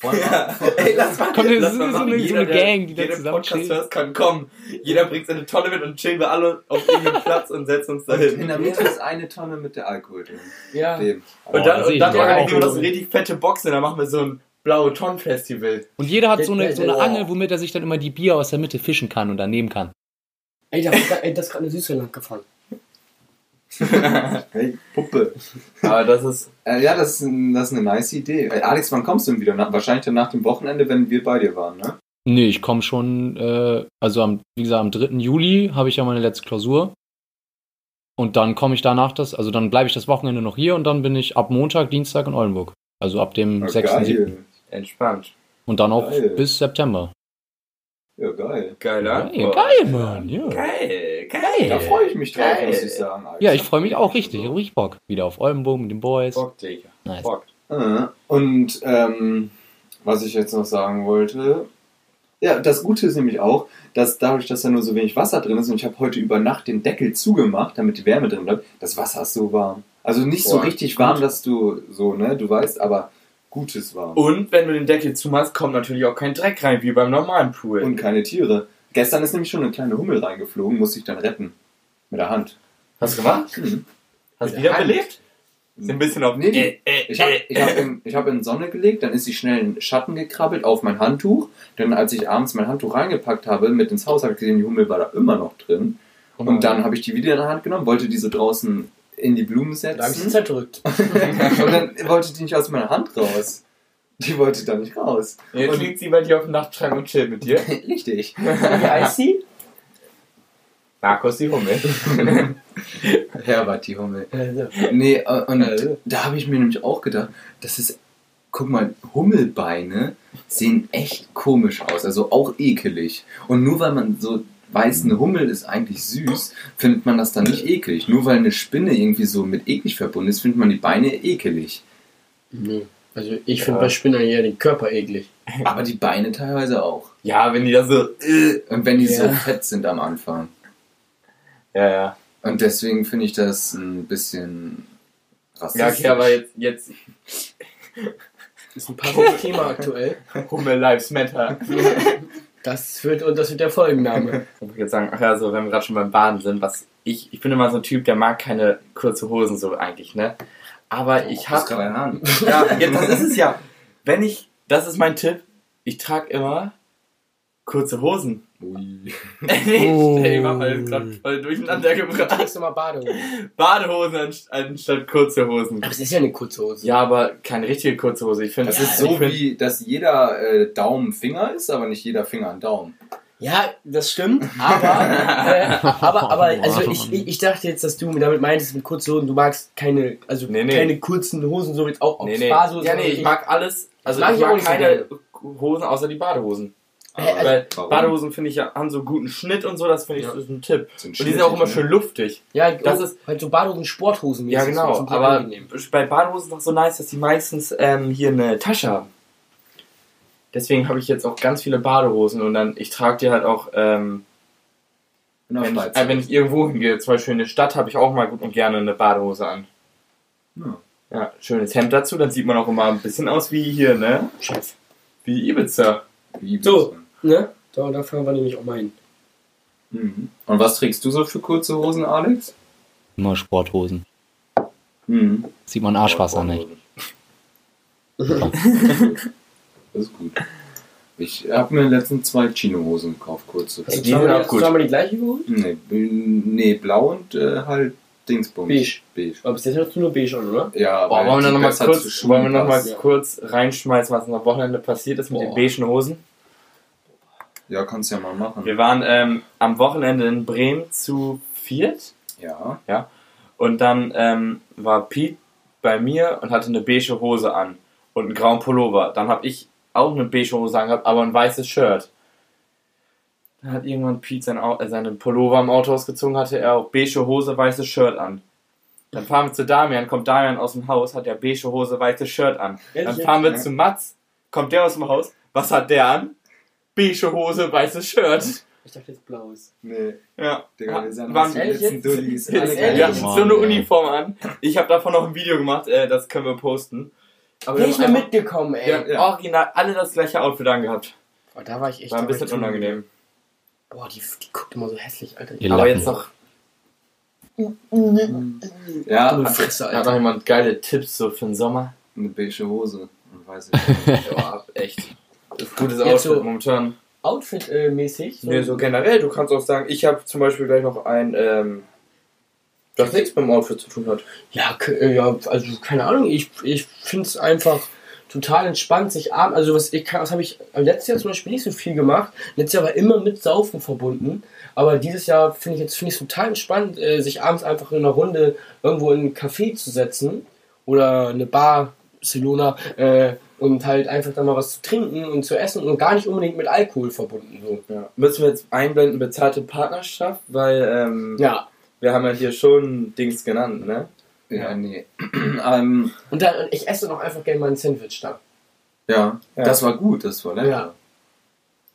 Speaker 1: Ja. Ey, lass mal,
Speaker 4: Komm, das
Speaker 1: lass
Speaker 4: ist
Speaker 1: mal
Speaker 4: so
Speaker 1: machen.
Speaker 4: eine- so
Speaker 1: Jeder,
Speaker 4: eine
Speaker 1: der-
Speaker 4: Gang, die da
Speaker 1: jeder
Speaker 4: zusammen
Speaker 1: Podcast
Speaker 4: chillen.
Speaker 1: First kann kommen. Jeder bringt seine Tonne mit und chillen wir alle auf irgendeinen Platz und setzen uns
Speaker 3: Und in
Speaker 1: dahin.
Speaker 3: der Mitte ist eine Tonne mit der Alkohol drin.
Speaker 2: Fall. Ja.
Speaker 3: Dem.
Speaker 1: Und dann,
Speaker 4: Boah, seh
Speaker 1: und
Speaker 4: ich
Speaker 1: dann
Speaker 4: doch auch.
Speaker 1: organisieren wir das in richtig fette Boxen, dann machen wir so ein blaue Ton-Festival.
Speaker 4: Und jeder hat so eine,
Speaker 2: Ja,
Speaker 4: so eine
Speaker 2: ja.
Speaker 4: Angel, womit er sich dann immer die Bier aus der Mitte fischen kann und dann nehmen kann.
Speaker 2: Ey, da, da, ey, das ist gerade eine Süße lang gefangen.
Speaker 3: Hey, Puppe.
Speaker 1: Aber das ist.
Speaker 3: Äh, ja, das ist, ein, das ist eine nice Idee. Äh, Alex, wann kommst du denn wieder? Na, wahrscheinlich dann nach dem Wochenende, wenn wir bei dir waren, ne?
Speaker 4: Nee, ich komme schon, äh, also am, wie gesagt, am 3. Juli habe ich ja meine letzte Klausur. Und dann komme ich danach das, also dann bleibe ich das Wochenende noch hier und dann bin ich ab Montag, Dienstag in Oldenburg. Also ab dem
Speaker 3: Ja,
Speaker 4: 6. 7.
Speaker 3: Ah, geil.
Speaker 1: Entspannt.
Speaker 4: Und dann auch
Speaker 3: Geil.
Speaker 4: bis September.
Speaker 3: Ja, geil.
Speaker 1: Geile
Speaker 4: ja,
Speaker 1: Antwort.
Speaker 4: geil, Mann. Ja,
Speaker 1: Geil,
Speaker 3: Da
Speaker 1: geil.
Speaker 3: freue ich mich drauf,
Speaker 1: Geil.
Speaker 3: muss ich sagen. Alter.
Speaker 4: ja ich freue mich auch richtig. Ich hab richtig Bock. Wieder auf Oldenburg mit den Boys.
Speaker 1: Bock, Digga.
Speaker 4: Nice.
Speaker 1: Bock.
Speaker 3: Äh, Und ähm, was ich jetzt noch sagen wollte, ja, das Gute ist nämlich auch, dass dadurch, dass da nur so wenig Wasser drin ist und ich habe heute über Nacht den Deckel zugemacht, damit die Wärme drin bleibt, das Wasser ist so warm. Also nicht so
Speaker 1: Boah,
Speaker 3: richtig
Speaker 1: gut.
Speaker 3: warm, dass du so, ne, du weißt, aber gutes warm.
Speaker 1: Und wenn du den Deckel zumachst, kommt natürlich auch kein Dreck rein, wie beim normalen Pool.
Speaker 3: Und keine Tiere. Gestern ist nämlich schon eine kleine Hummel reingeflogen, musste ich dann retten. Mit der Hand.
Speaker 1: Hast du gemacht? Hast du
Speaker 2: Mit
Speaker 1: wieder
Speaker 2: der Hand?
Speaker 1: belebt? Hm. Ist ein bisschen auf...
Speaker 3: Nee, nee.
Speaker 1: Äh, äh,
Speaker 3: Ich habe ich hab in, ich hab in Sonne gelegt, dann ist sie schnell in Schatten gekrabbelt auf mein Handtuch. Dann, als ich abends mein Handtuch reingepackt habe, mit ins Haus, habe ich gesehen, die Hummel war da immer noch drin. Und dann habe ich die wieder in der Hand genommen, wollte die so draußen in die Blumen
Speaker 2: Da habe ich sie
Speaker 3: setzen.
Speaker 2: zerdrückt.
Speaker 3: Und dann wollte die nicht aus meiner Hand raus. Die wollte da nicht raus.
Speaker 1: Jetzt
Speaker 3: Und,
Speaker 1: liegt sie bei dir auf dem Nachtschrank und chillt mit dir.
Speaker 3: richtig.
Speaker 2: Wie heißt sie?
Speaker 1: Markus, die Hummel.
Speaker 3: Herbert, die Hummel.
Speaker 2: Äh,
Speaker 3: Nee, äh, und
Speaker 2: Äh.
Speaker 3: da habe ich mir nämlich auch gedacht, das ist, guck mal, Hummelbeine sehen echt komisch aus, also auch ekelig. Und nur weil man so weiß, eine Hummel ist eigentlich süß, findet man das dann nicht ekelig. Nur weil eine Spinne irgendwie so mit eklig verbunden ist, findet man die Beine ekelig.
Speaker 2: Nö. Also ich finde bei Spinnern eher den Körper eklig.
Speaker 3: Aber die Beine teilweise auch.
Speaker 1: Ja, wenn die da so... Äh,
Speaker 3: Und wenn die so
Speaker 2: Ja.
Speaker 3: fett sind am Anfang.
Speaker 1: ja, ja.
Speaker 3: Und deswegen finde ich das ein bisschen rassistisch.
Speaker 1: Ja, okay, aber jetzt, jetzt
Speaker 2: Ist ein passendes Thema aktuell.
Speaker 1: Hummel Lives Matter.
Speaker 2: Das wird, und das wird der Folgenname.
Speaker 1: Ich würde jetzt sagen, ach ja, so, wenn wir gerade schon beim Baden sind, was ich, ich bin immer so ein Typ, der mag keine kurze Hosen so eigentlich, ne? Aber ich
Speaker 3: Das
Speaker 1: hab,
Speaker 3: kann man ja haben.
Speaker 1: ja, jetzt, das ist es ja. Wenn ich, das ist mein Tipp, ich trage immer kurze Hosen.
Speaker 3: Ui.
Speaker 1: Oh. Ey, Mama, ist grad voll durcheinander gebracht.
Speaker 2: Trägst du mal Badehose.
Speaker 1: Badehosen anst- anstatt kurze Hosen.
Speaker 2: Aber es ist ja eine kurze Hose.
Speaker 1: Ja, aber keine richtige kurze Hose. Ich finde,
Speaker 3: Das ist so
Speaker 1: ich find,
Speaker 3: wie, dass jeder äh, Daumen Finger ist, aber nicht jeder Finger ein Daumen.
Speaker 2: Ja, das stimmt, aber, äh, aber, aber also ich, ich, ich dachte jetzt, dass du damit meintest mit kurzen Hosen, du magst keine, also
Speaker 1: Nee, nee.
Speaker 2: keine kurzen Hosen, so jetzt auch auf
Speaker 1: Nee, nee.
Speaker 2: Sparsoße.
Speaker 1: Ja, nee, ich mag alles. Also
Speaker 2: mag
Speaker 1: ich
Speaker 2: ich auch
Speaker 1: mag
Speaker 2: nicht so
Speaker 1: keine Hosen außer die Badehosen.
Speaker 2: Hä, also-
Speaker 1: Weil
Speaker 3: Warum?
Speaker 1: Badehosen finde ich ja, haben so guten Schnitt und so, das finde ich
Speaker 2: Ja.
Speaker 1: das ist ein Tipp.
Speaker 3: So ein
Speaker 1: Und die sind auch immer schön
Speaker 3: Schnitt,
Speaker 1: luftig.
Speaker 2: ja,
Speaker 1: das
Speaker 2: oh,
Speaker 1: ist-
Speaker 2: halt so Badehosen, Sporthosen.
Speaker 1: Ja,
Speaker 2: mäßig, so
Speaker 1: genau.
Speaker 2: ein bisschen
Speaker 1: Aber
Speaker 2: angenehm.
Speaker 1: bei Badehosen ist noch so nice, dass die meistens ähm, hier eine Tasche haben. Deswegen habe ich jetzt auch ganz viele Badehosen und dann, ich trage die halt auch, ähm,
Speaker 3: ne?
Speaker 1: wenn, ich,
Speaker 3: Freizeit.
Speaker 1: äh, wenn ich irgendwo hingehe, zum Beispiel in eine Stadt, habe ich auch mal gut und gerne eine Badehose an.
Speaker 3: Ja.
Speaker 1: Ja, schönes Hemd dazu, dann sieht man auch immer ein bisschen aus wie hier, ne? Scheiße. Wie Ibiza.
Speaker 3: Wie
Speaker 2: So.
Speaker 3: wird's
Speaker 2: Ne? So, dafür war nämlich auch mein.
Speaker 3: denn? Mhm. Und was trägst du so für kurze Hosen, Alex?
Speaker 4: Immer Sporthosen.
Speaker 3: Mhm.
Speaker 4: Sieht man Arschwasser nicht.
Speaker 3: Das ist gut. Ich habe mir letztens zwei Chino-Hosen gekauft, kurze.
Speaker 1: Hast du die
Speaker 2: Sollen
Speaker 1: sind
Speaker 2: wir
Speaker 1: auch gut.
Speaker 2: Sollen wir die gleiche geholt?
Speaker 3: Nee, b- nee, blau und äh, halt Dingsbums.
Speaker 2: Beige.
Speaker 3: Beige.
Speaker 2: Aber bis jetzt hast du nur beige an, oder?
Speaker 3: Ja,
Speaker 1: Boah,
Speaker 3: weil
Speaker 1: Also, wollen wir
Speaker 3: die
Speaker 1: nochmal
Speaker 3: besser zu
Speaker 1: Äh, kurz,
Speaker 3: Schuhen
Speaker 1: wollen wir noch mal
Speaker 3: passt.
Speaker 1: kurz reinschmeißen, was uns am Wochenende passiert ist mit den
Speaker 3: Boah.
Speaker 1: beigen Hosen?
Speaker 3: Ja, kannst ja mal machen.
Speaker 1: Wir waren ähm, am Wochenende in Bremen zu viert
Speaker 3: Ja.
Speaker 1: und dann ähm, war Pete bei mir und hatte eine beige Hose an und einen grauen Pullover. Dann habe ich auch eine beige Hose angehabt, aber ein weißes Shirt. Dann hat irgendwann Pete sein Au äh, seinen Pullover im Auto ausgezogen, hatte er auch beige Hose, weißes Shirt an. Dann fahren wir zu Damian, kommt Damian aus dem Haus, hat ja beige Hose, weißes Shirt an. Dann
Speaker 2: Ehrlich?
Speaker 1: fahren wir
Speaker 3: Ja.
Speaker 1: zu Mats, kommt der aus dem Haus, was hat der an? Beige Hose, weißes Shirt.
Speaker 2: Ich dachte jetzt blaues.
Speaker 3: Nee,
Speaker 1: Ja.
Speaker 3: Digga, wir sind
Speaker 1: Ah, Waren-
Speaker 3: die letzten
Speaker 2: jetzt?
Speaker 3: Dullis.
Speaker 2: Jetzt
Speaker 3: Alle
Speaker 2: ehrlich?
Speaker 1: ja,
Speaker 3: gleich.
Speaker 1: so
Speaker 4: Mann,
Speaker 1: eine
Speaker 4: ey.
Speaker 1: Uniform an. Ich habe davon noch ein Video gemacht, äh, das können wir posten. Aber wir
Speaker 2: Bin ich
Speaker 1: haben,
Speaker 2: nur
Speaker 1: einfach,
Speaker 2: mitgekommen, ey.
Speaker 1: wir haben
Speaker 3: Ja.
Speaker 1: original alle das gleiche Outfit angehabt.
Speaker 2: Oh, da war ich echt.
Speaker 1: War ein
Speaker 2: da
Speaker 1: bisschen
Speaker 2: ich zu-
Speaker 1: unangenehm.
Speaker 2: Boah, die, die guckt immer so hässlich, Alter.
Speaker 4: Ihr
Speaker 1: Aber
Speaker 4: Lappen.
Speaker 1: jetzt noch,
Speaker 3: Ja,
Speaker 2: Du Fresse,
Speaker 1: hat
Speaker 2: Alter.
Speaker 1: noch jemand geile Tipps so für den Sommer?
Speaker 3: eine beige Hose. Und weiß ich nicht.
Speaker 1: Ja, echt. Das ist gutes
Speaker 2: Jetzt
Speaker 1: Outfit
Speaker 2: so-
Speaker 1: momentan.
Speaker 2: äh, Outfit-mäßig.
Speaker 1: Nee, so generell, du kannst auch sagen, ich habe zum Beispiel gleich noch ein, ähm, das nichts mit dem Outfit zu tun hat.
Speaker 2: Ja, k- äh, ja, also keine Ahnung, ich, ich finde es einfach total entspannt, sich abends, also was ich kann, das habe ich äh, letztes Jahr zum Beispiel nicht so viel gemacht, letztes Jahr war immer mit Saufen verbunden, aber dieses Jahr finde ich jetzt finde ich total entspannt, äh, sich abends einfach in einer Runde irgendwo in einen Café zu setzen oder eine Bar Barcelona äh, und halt einfach da mal was zu trinken und zu essen und gar nicht unbedingt mit Alkohol verbunden. So.
Speaker 1: Ja. Müssen wir jetzt einblenden, bezahlte Partnerschaft, weil ähm,
Speaker 2: Ja,
Speaker 1: wir haben ja hier schon Dings genannt, ne?
Speaker 3: Ja, nee. ähm,
Speaker 2: und dann, und ich esse noch einfach gerne mal ein Sandwich da.
Speaker 3: ja,
Speaker 1: Ja.
Speaker 3: das war gut, das war lecker.
Speaker 2: Ja.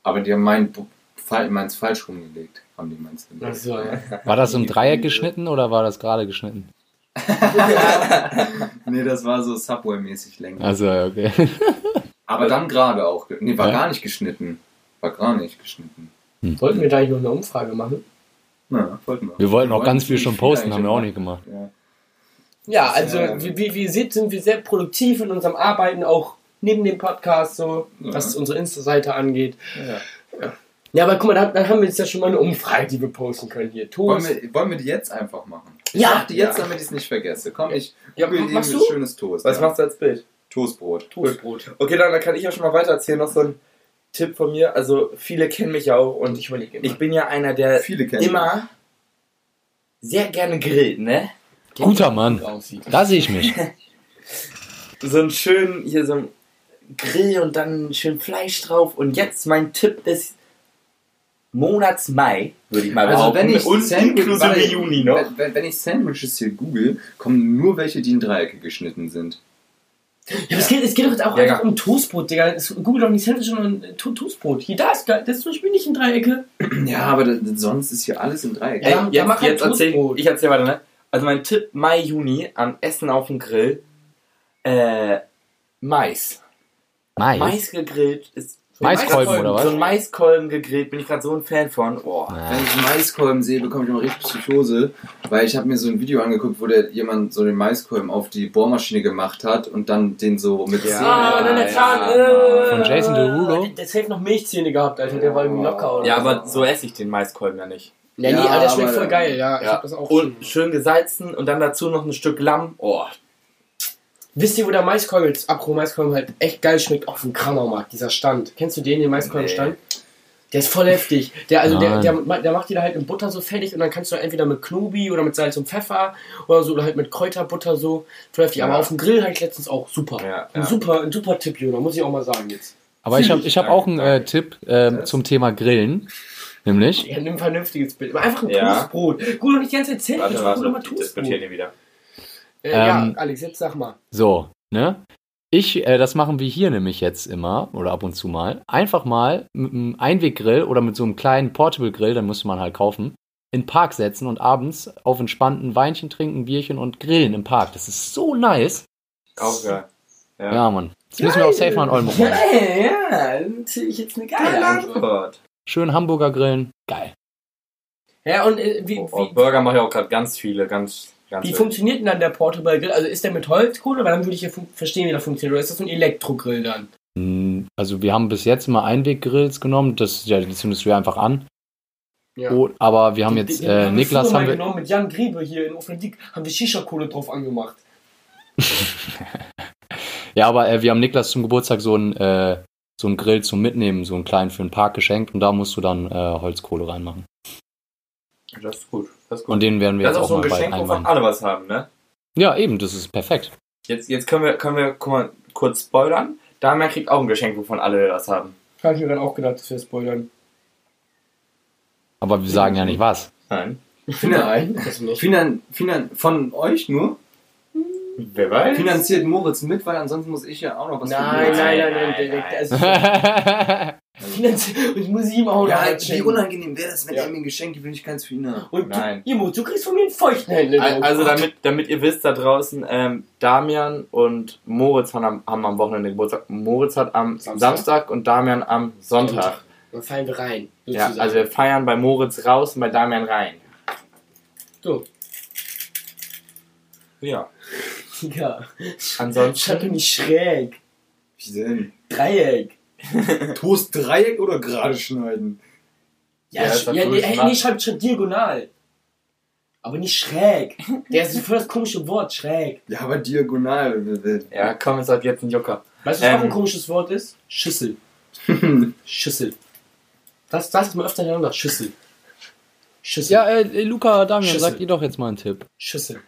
Speaker 3: Aber die haben mein, Bu- Fall- meins falsch rumgelegt. Haben die meins
Speaker 2: Ach
Speaker 3: gelegt.
Speaker 2: so, ja.
Speaker 4: War das im Dreieck geschnitten oder war das gerade geschnitten?
Speaker 3: Nee, das war so Subway-mäßig länger.
Speaker 4: Also, okay.
Speaker 3: Aber dann gerade auch. ge- Nee, war
Speaker 4: Ja.
Speaker 3: gar nicht geschnitten. War gar nicht geschnitten.
Speaker 2: Wollten wir da nicht noch eine Umfrage machen?
Speaker 3: Na, wollten wir.
Speaker 4: Wir wollten auch ganz viel
Speaker 3: ziemlich
Speaker 4: schon posten,
Speaker 3: eigentlich
Speaker 4: haben wir auch
Speaker 3: immer.
Speaker 4: nicht gemacht.
Speaker 3: Ja.
Speaker 2: Ja, also
Speaker 3: Ja.
Speaker 2: wie, wie, wie ihr seht, sind wir sehr produktiv in unserem Arbeiten, auch neben dem Podcast, so
Speaker 3: Ja.
Speaker 2: was unsere Insta-Seite angeht.
Speaker 3: Ja.
Speaker 2: Ja, aber guck mal, dann, dann haben wir jetzt ja schon mal eine Umfrage, die wir posten können hier.
Speaker 3: Wollen,
Speaker 2: Toast.
Speaker 3: wir, wollen wir die jetzt einfach machen?
Speaker 2: Ja.
Speaker 3: Ich mach die jetzt,
Speaker 2: Ja.
Speaker 3: damit ich es nicht vergesse. Komm, ich
Speaker 2: Ja,
Speaker 3: google
Speaker 2: mach-
Speaker 3: eben ein
Speaker 2: machst du?
Speaker 3: schönes Toast.
Speaker 1: Was
Speaker 3: ja.
Speaker 1: machst du als Bild?
Speaker 3: Toastbrot.
Speaker 2: Toastbrot.
Speaker 1: Okay, dann, dann kann ich ja schon mal weiter erzählen. Noch so ein Tipp von mir. Also, viele kennen mich ja auch und
Speaker 2: Und
Speaker 1: ich,
Speaker 2: ich überlege immer.
Speaker 1: ich bin ja einer, der
Speaker 3: Viele kennen
Speaker 1: Äh, immer sehr gerne grillt, ne?
Speaker 4: Guter Mann.
Speaker 2: aussieht.
Speaker 4: Da sehe ich mich.
Speaker 1: So einen schönen, hier so ein Grill und dann schön Fleisch drauf. Und jetzt mein Tipp des Monats Mai, würde ich mal
Speaker 3: Also
Speaker 1: behaupten.
Speaker 3: wenn ich,
Speaker 1: und
Speaker 3: Sandwich-
Speaker 1: inklusive
Speaker 3: warte,
Speaker 1: Juni noch.
Speaker 3: Wenn, wenn- wenn ich Sandwiches hier google, kommen nur welche, die in Dreiecke geschnitten sind.
Speaker 2: Ja, es geht, es geht doch jetzt auch
Speaker 1: Ja,
Speaker 2: einfach
Speaker 1: ja.
Speaker 2: um Toastbrot, Digga. Es- Google doch nicht Sandwich, sondern äh, To- Toastbrot. Hier, da ist, da das ist zum Beispiel nicht in Dreiecke.
Speaker 3: Ja, aber da- sonst ist hier alles in Dreiecke.
Speaker 1: Ey,
Speaker 2: Ja,
Speaker 1: jetzt,
Speaker 2: dann mach halt
Speaker 1: jetzt erzähl,
Speaker 2: Toastbrot.
Speaker 1: ich erzähl weiter, ne? Also mein Tipp Mai, Juni am Essen auf dem Grill. Äh, Mais.
Speaker 4: Mais.
Speaker 1: Mais gegrillt ist.
Speaker 4: Maiskolben oder
Speaker 1: So ein
Speaker 4: was?
Speaker 1: Maiskolben gegrillt, bin ich gerade so ein Fan von. Oh. Boah.
Speaker 3: Wenn ich Maiskolben sehe, bekomme ich immer richtig Psychose, weil ich habe mir so ein Video angeguckt, wo der jemand so den Maiskolben auf die Bohrmaschine gemacht hat und dann den so mit
Speaker 1: Ja.
Speaker 2: Ah, dann der
Speaker 1: ja,
Speaker 2: Zahn.
Speaker 1: ja.
Speaker 2: äh,
Speaker 4: Von Jason Derulo?
Speaker 2: Der safe noch Milchzähne gehabt, Alter. Der war irgendwie locker, oder?
Speaker 1: Ja, aber so esse ich den Maiskolben ja nicht.
Speaker 2: Ja, nee,
Speaker 3: Ja,
Speaker 2: Alter, schmeckt
Speaker 3: aber-
Speaker 2: voll geil. Ja, ich
Speaker 1: Ja.
Speaker 2: hab das auch schon.
Speaker 1: Und schön gesalzen und dann dazu noch ein Stück Lamm. Oh.
Speaker 2: Wisst ihr, wo der Maiskolben, apropos Maiskolben, halt echt geil schmeckt? Auf dem Kramermarkt, dieser Stand. Kennst du den, den Maiskolbenstand? Der ist voll heftig. Der, also der,
Speaker 4: Nein.
Speaker 2: der, ma- der macht die da halt in Butter so fertig und dann kannst du entweder mit Knobi oder mit Salz und Pfeffer oder so oder halt mit Kräuterbutter so. Voll heftig. Aber
Speaker 1: Ja.
Speaker 2: auf dem Grill halt letztens auch super.
Speaker 1: Ja,
Speaker 2: ein,
Speaker 1: ja.
Speaker 2: super ein super Tipp, Jona, muss ich auch mal sagen jetzt.
Speaker 4: Aber ich habe ich hab auch einen äh, Tipp äh, zum Thema Grillen. Nämlich,
Speaker 2: Ja, nimm ein vernünftiges Bild. Aber einfach ein
Speaker 1: Ja.
Speaker 2: Toastbrot. Gut, und nicht die ganze Zeit Sandwich, hol doch mal Toastbrot.
Speaker 1: hier wieder.
Speaker 2: Äh, ja,
Speaker 4: Ähm,
Speaker 2: Alex, jetzt sag mal.
Speaker 4: so, ne? Ich, äh, das machen wir hier nämlich jetzt immer oder ab und zu mal. Einfach mal mit einem Einweggrill oder mit so einem kleinen Portable-Grill, dann müsste man halt kaufen, in den Park setzen und abends auf entspannten Weinchen trinken, Bierchen und grillen im Park. Das ist so nice.
Speaker 1: Auch geil. Ja.
Speaker 4: Ja, Mann. Das müssen wir auch safe mal in Oldenburg machen.
Speaker 2: ja, natürlich jetzt eine
Speaker 1: Geile
Speaker 2: geile Antwort.
Speaker 1: Antwort.
Speaker 4: Schön Hamburger grillen. Geil.
Speaker 2: Ja, und äh, wie,
Speaker 1: Oh, oh,
Speaker 2: wie,
Speaker 1: Burger mache ich auch gerade ganz viele, ganz, ganz
Speaker 2: wie
Speaker 1: viele.
Speaker 2: funktioniert denn dann der Portable Grill? Also ist der mit Holzkohle? Weil dann würde ich ja fun- verstehen, wie der funktioniert. Oder ist das so ein Elektrogrill dann?
Speaker 4: Mm, Also wir haben bis jetzt immer Einweggrills genommen, das, ja, die zündest du ja einfach an.
Speaker 2: Ja.
Speaker 4: Oh, aber wir haben
Speaker 2: Den-
Speaker 4: jetzt,
Speaker 2: den
Speaker 4: äh,
Speaker 2: wir
Speaker 4: Niklas
Speaker 2: früher mal
Speaker 4: haben wir,
Speaker 2: genommen mit Jan Griebe hier in Offendick haben wir Shisha-Kohle drauf angemacht.
Speaker 4: ja, aber äh, wir haben Niklas zum Geburtstag so einen, äh, so einen Grill zum Mitnehmen, so einen kleinen für den Park geschenkt und da musst du dann äh, Holzkohle reinmachen.
Speaker 1: Das ist gut. Das ist gut.
Speaker 4: Und den werden wir
Speaker 1: das ist
Speaker 4: jetzt
Speaker 1: auch so
Speaker 4: auch,
Speaker 1: ein
Speaker 4: mal bei
Speaker 1: Geschenk, wovon
Speaker 4: einweihen.
Speaker 1: alle was haben, ne?
Speaker 4: Ja, eben, das ist perfekt.
Speaker 1: Jetzt, jetzt können wir, können wir guck mal, kurz spoilern. Damian kriegt auch ein Geschenk, wovon alle das haben.
Speaker 2: Habe ich mir dann auch gedacht, dass wir spoilern.
Speaker 4: Aber wir sagen ja nicht was.
Speaker 1: Nein.
Speaker 3: Finan
Speaker 2: Das nicht.
Speaker 3: Finan Finan von euch nur?
Speaker 1: Wer weiß?
Speaker 3: Finanziert Moritz mit, weil ansonsten muss ich ja auch noch was
Speaker 2: Nein, nein,
Speaker 3: verdienen.
Speaker 2: nein, nein,
Speaker 1: nein,
Speaker 2: direkt.
Speaker 1: nein.
Speaker 2: Also, finanziell- und ich muss ihm auch noch
Speaker 3: Ja,
Speaker 2: was
Speaker 3: wie
Speaker 2: schenken.
Speaker 3: unangenehm wäre das, wenn
Speaker 2: Ja.
Speaker 3: er mir ein Geschenk gibt und ich keins für ihn habe.
Speaker 2: Und
Speaker 1: Nein.
Speaker 2: du, Imo, du kriegst von mir einen feuchten Händler.
Speaker 1: Al- Also damit, damit ihr wisst da draußen, ähm, Damian und Moritz haben am, haben am Wochenende Geburtstag. Moritz hat am Samstag,
Speaker 2: Samstag.
Speaker 1: und Damian am Sonntag.
Speaker 2: Dann fallen wir rein.
Speaker 1: Ja,
Speaker 2: Sozusagen.
Speaker 1: also wir feiern bei Moritz raus und bei Damian rein.
Speaker 2: so.
Speaker 1: Ja.
Speaker 2: Digga.
Speaker 1: Ansonsten.
Speaker 2: Schreib doch nicht schräg.
Speaker 3: Wie denn?
Speaker 2: Dreieck.
Speaker 3: Toast Dreieck oder gerade schneiden?
Speaker 2: Ja,
Speaker 1: Ja,
Speaker 2: ja,
Speaker 1: das hat
Speaker 2: ja
Speaker 1: Louis
Speaker 2: nee, ey,
Speaker 1: gemacht.
Speaker 2: nee, schreibt schon diagonal. Aber nicht schräg. Der ist voll das komische Wort, schräg.
Speaker 3: Ja, aber diagonal.
Speaker 1: Ja, komm, es hat jetzt ein Jucker.
Speaker 2: Weißt du, was
Speaker 1: Ähm.
Speaker 2: auch ein komisches Wort ist? Schüssel. Schüssel. Das, das ist mir öfter hintereinander. Schüssel. Schüssel.
Speaker 4: ja, äh, Luca, Damian,
Speaker 2: Schüssel.
Speaker 4: sag ihr doch jetzt mal einen Tipp.
Speaker 2: Schüssel.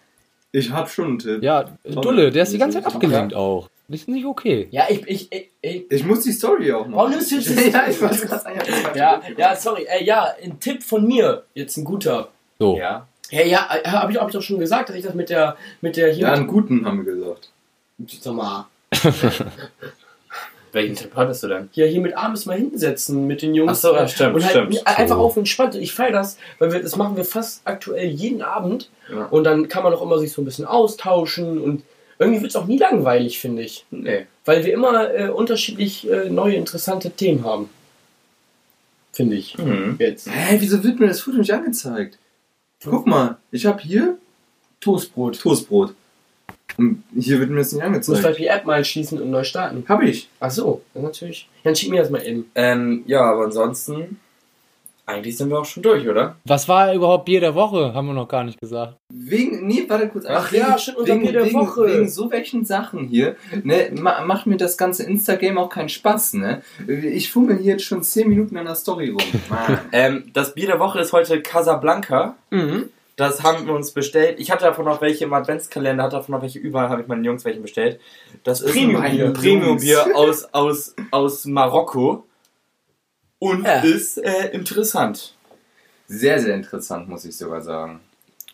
Speaker 3: Ich hab schon einen Tipp.
Speaker 4: Ja, äh, Dulle, der ist die ganze Zeit abgelenkt auch. Das ist nicht okay.
Speaker 2: Ja, ich, ich, ich, ich
Speaker 3: Ich muss die Story auch noch.
Speaker 2: Warum nimmst du jetzt die Story?
Speaker 3: Ja, ich weiß gerade sagen. ich hab
Speaker 2: ja,
Speaker 3: das falsch
Speaker 2: ja, sorry, äh, ja, ein Tipp von mir, jetzt ein guter.
Speaker 4: So.
Speaker 1: Ja.
Speaker 2: Ja, ja, äh, hab ich, hab ich doch schon gesagt, dass ich das mit der, mit der hier.
Speaker 3: Ja, einen guten haben wir gesagt.
Speaker 2: Sag mal,
Speaker 1: Welchen Tipp hattest du denn?
Speaker 2: hier, hier mit abends mal hinsetzen mit den Jungs.
Speaker 1: Ach so, ja, stimmt,
Speaker 2: Und halt
Speaker 1: stimmt.
Speaker 2: mi- einfach auf entspannt. Ich feier das, weil wir, das machen wir fast aktuell jeden Abend.
Speaker 1: Ja.
Speaker 2: Und dann kann man auch immer sich so ein bisschen austauschen und irgendwie wird's auch nie langweilig, finde ich.
Speaker 1: Nee.
Speaker 2: Weil wir immer äh, unterschiedlich äh, neue, interessante Themen haben. Finde ich.
Speaker 1: Mhm.
Speaker 2: Jetzt.
Speaker 3: Hä, wieso wird mir das Foto nicht angezeigt? Guck mal, ich habe hier
Speaker 2: Toastbrot.
Speaker 3: Toastbrot. Und hier wird mir das nicht
Speaker 2: Du musst vielleicht
Speaker 3: angezeigt.
Speaker 2: die App mal schließen und neu starten.
Speaker 3: Hab ich.
Speaker 2: Ach so, dann natürlich. Dann schick mir das mal eben.
Speaker 1: Ähm, ja, aber ansonsten, eigentlich sind wir auch schon durch, oder?
Speaker 4: Was war überhaupt Bier der Woche? Haben wir noch gar nicht gesagt.
Speaker 3: Wegen, nee, warte kurz.
Speaker 2: Ach ja, stimmt, unser Bier der
Speaker 3: wegen,
Speaker 2: Woche.
Speaker 3: Wegen so welchen Sachen hier, ne, ma, macht mir das ganze Insta-Game auch keinen Spaß, ne? Ich fummel hier jetzt schon 10 Minuten an der Story rum. Mann.
Speaker 1: Ähm, das Bier der Woche ist heute Casablanca.
Speaker 2: Mhm.
Speaker 1: Das haben wir uns bestellt. Ich hatte davon noch welche im Adventskalender, hatte davon noch welche überall, habe ich meinen Jungs welche bestellt. Das ist
Speaker 2: Premium-Bier.
Speaker 1: ein Premium-Bier aus, aus, aus Marokko und
Speaker 2: Ja.
Speaker 1: ist äh, interessant.
Speaker 3: Sehr, sehr interessant, muss ich sogar sagen.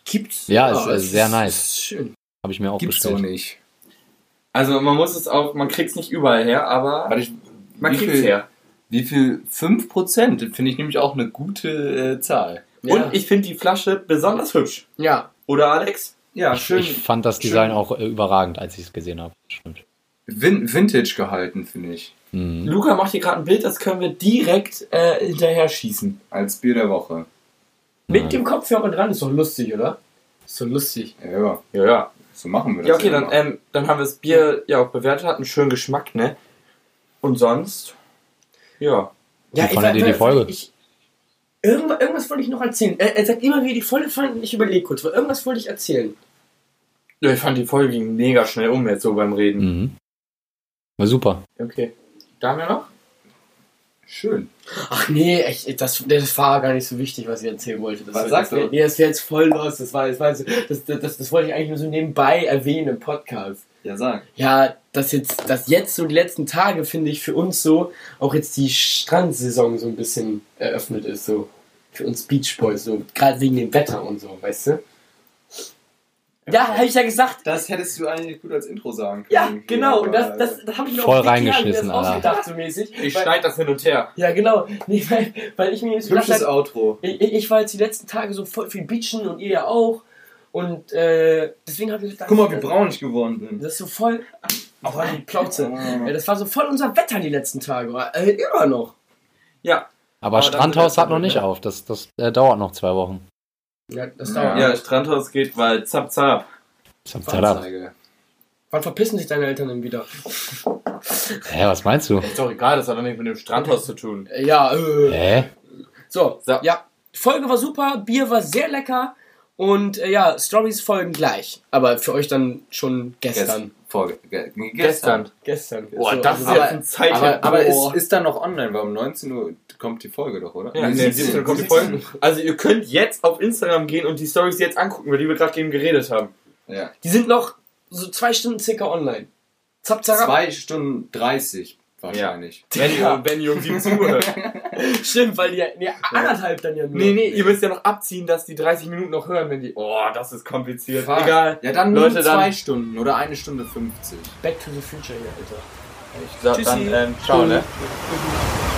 Speaker 2: Gibt's.
Speaker 4: Ja, ist,
Speaker 2: Ah,
Speaker 4: äh, sehr
Speaker 2: ist-
Speaker 4: nice.
Speaker 2: ist Schön.
Speaker 4: Habe ich mir auch
Speaker 3: Gibt's so
Speaker 4: bestellt.
Speaker 3: nicht.
Speaker 1: Also man muss es auch, man kriegt es nicht überall her, aber
Speaker 3: Warte, ich,
Speaker 1: man
Speaker 3: wie
Speaker 1: kriegt
Speaker 3: viel-
Speaker 1: es her.
Speaker 3: Wie viel? 5% finde ich nämlich auch eine gute äh, Zahl.
Speaker 2: Ja.
Speaker 1: Und ich finde die Flasche besonders hübsch.
Speaker 2: Ja.
Speaker 1: Oder Alex?
Speaker 3: Ja,
Speaker 4: Ich, ich fand das Design auch äh, überragend, als ich es gesehen habe. Stimmt.
Speaker 3: Vin Vintage gehalten, finde ich.
Speaker 4: Mhm.
Speaker 1: Luca macht hier gerade ein Bild, das können wir direkt äh, hinterher schießen.
Speaker 3: Als Bier der Woche.
Speaker 2: Mit dem Kopfhörer dran ist doch lustig, oder? Ist doch lustig.
Speaker 3: Ja,
Speaker 1: Ja, ja.
Speaker 3: so machen wir das.
Speaker 1: Ja, okay, dann,
Speaker 3: immer.
Speaker 1: ähm, dann haben wir das Bier ja auch bewertet, hat einen schönen Geschmack, ne? Und sonst, ja.
Speaker 4: Wie fandet ihr die Folge?
Speaker 2: ne, Ich, irgendwas, irgendwas wollte ich noch erzählen. Er, er sagt immer, wie ihr die Folge fanden. Ich überlege kurz, weil irgendwas wollte ich erzählen.
Speaker 1: ja. Ich fand die Folge ging mega schnell um jetzt so beim Reden.
Speaker 4: Mhm. War super.
Speaker 2: Okay.
Speaker 1: Da haben wir noch?
Speaker 2: ähm,
Speaker 3: Schön.
Speaker 2: Ach nee, ich, das, das war gar nicht so wichtig, was ich erzählen wollte. Das
Speaker 3: Was
Speaker 2: war-
Speaker 3: sagst
Speaker 2: das,
Speaker 3: du?
Speaker 2: Nee, das wäre jetzt voll los. Das, war, das, war so, das, das, das, das wollte ich eigentlich nur so nebenbei erwähnen im Podcast.
Speaker 3: Ja, sag.
Speaker 2: ja, dass jetzt, dass jetzt so die letzten Tage, finde ich, für uns so, auch jetzt die Strandsaison so ein bisschen eröffnet ist, so. Für uns Beach Boys, so. Gerade wegen dem Wetter und so, weißt du? Ja, habe ich ja gesagt.
Speaker 3: Das hättest du eigentlich gut als Intro sagen
Speaker 2: Ja,
Speaker 3: können.
Speaker 2: genau. Und
Speaker 3: Aber-
Speaker 2: das, das, das habe ich mir
Speaker 4: Voll
Speaker 2: auf Wikipedia
Speaker 4: reingeschissen,
Speaker 2: das
Speaker 4: Alter.
Speaker 2: ausgedacht, so mäßig.
Speaker 1: Ich
Speaker 2: weil,
Speaker 1: schneide das hin und her.
Speaker 2: ja, genau. Nee, weil, weil ich mir jetzt gedacht
Speaker 3: Hübsches
Speaker 2: habe,
Speaker 3: Outro.
Speaker 2: ich, ich ich war jetzt die letzten Tage so voll viel Beachen und ihr ja auch. Und äh, deswegen habe ich gedacht,
Speaker 3: Guck mal, wie braun ich geworden bin.
Speaker 2: das ist so voll. Aber die Plauze.
Speaker 3: Ah.
Speaker 2: Ja, das war so voll unser Wetter die letzten Tage. Äh, immer noch.
Speaker 1: Ja,
Speaker 4: Aber
Speaker 1: Aber
Speaker 4: Strandhaus
Speaker 1: das- das-
Speaker 4: hat noch nicht
Speaker 1: ja.
Speaker 4: auf. Das, das äh, dauert noch zwei Wochen.
Speaker 2: Ja, das
Speaker 3: Ja.
Speaker 2: dauert.
Speaker 1: ja, Strandhaus geht, weil zap zap.
Speaker 4: Zap, zap, zap.
Speaker 3: Anzeige.
Speaker 2: Wann verpissen sich deine Eltern denn wieder?
Speaker 4: Hä, was meinst du?
Speaker 1: Ist doch egal, das hat doch nichts mit dem Strandhaus zu tun.
Speaker 2: Äh, Ja, äh.
Speaker 4: Hä?
Speaker 2: So,
Speaker 1: So.
Speaker 2: ja. Folge war super, Bier war sehr lecker und äh, ja, Stories folgen gleich. Aber für euch dann schon gestern.
Speaker 3: Gestern. Vor, ge gestern.
Speaker 1: Gestern.
Speaker 2: Gestern.
Speaker 1: Boah,
Speaker 2: So, also
Speaker 1: das ist
Speaker 2: aber-
Speaker 1: jetzt ein Zeit.
Speaker 3: Aber, aber
Speaker 2: Boah.
Speaker 3: ist, ist dann noch online, weil um 19 Uhr kommt die Folge doch, oder?
Speaker 1: ja,
Speaker 3: Nee,
Speaker 1: nee, 17 kommt die Folge. Also ihr könnt jetzt auf Instagram gehen und die Stories jetzt angucken, über die wir gerade eben geredet haben.
Speaker 3: Ja.
Speaker 2: Die sind noch so zwei Stunden circa online. Zap, zap, zap.
Speaker 3: 2 Stunden 30 wahrscheinlich.
Speaker 1: Wenn ihr, wenn ihr um 17 Uhr hört.
Speaker 2: Stimmt, weil die ja nee, anderthalb dann ja nur.
Speaker 1: Nee, nee, ihr müsst ja noch abziehen, dass die 30 Minuten noch hören, wenn die. Oh, das ist kompliziert.
Speaker 3: Fuck.
Speaker 1: Egal.
Speaker 3: Ja, dann
Speaker 1: Leute,
Speaker 3: Leute, zwei
Speaker 1: dann-
Speaker 3: Stunden oder eine Stunde 50.
Speaker 2: Back to the future hier, Alter.
Speaker 1: ne? So, dann, ähm, ciao, ne?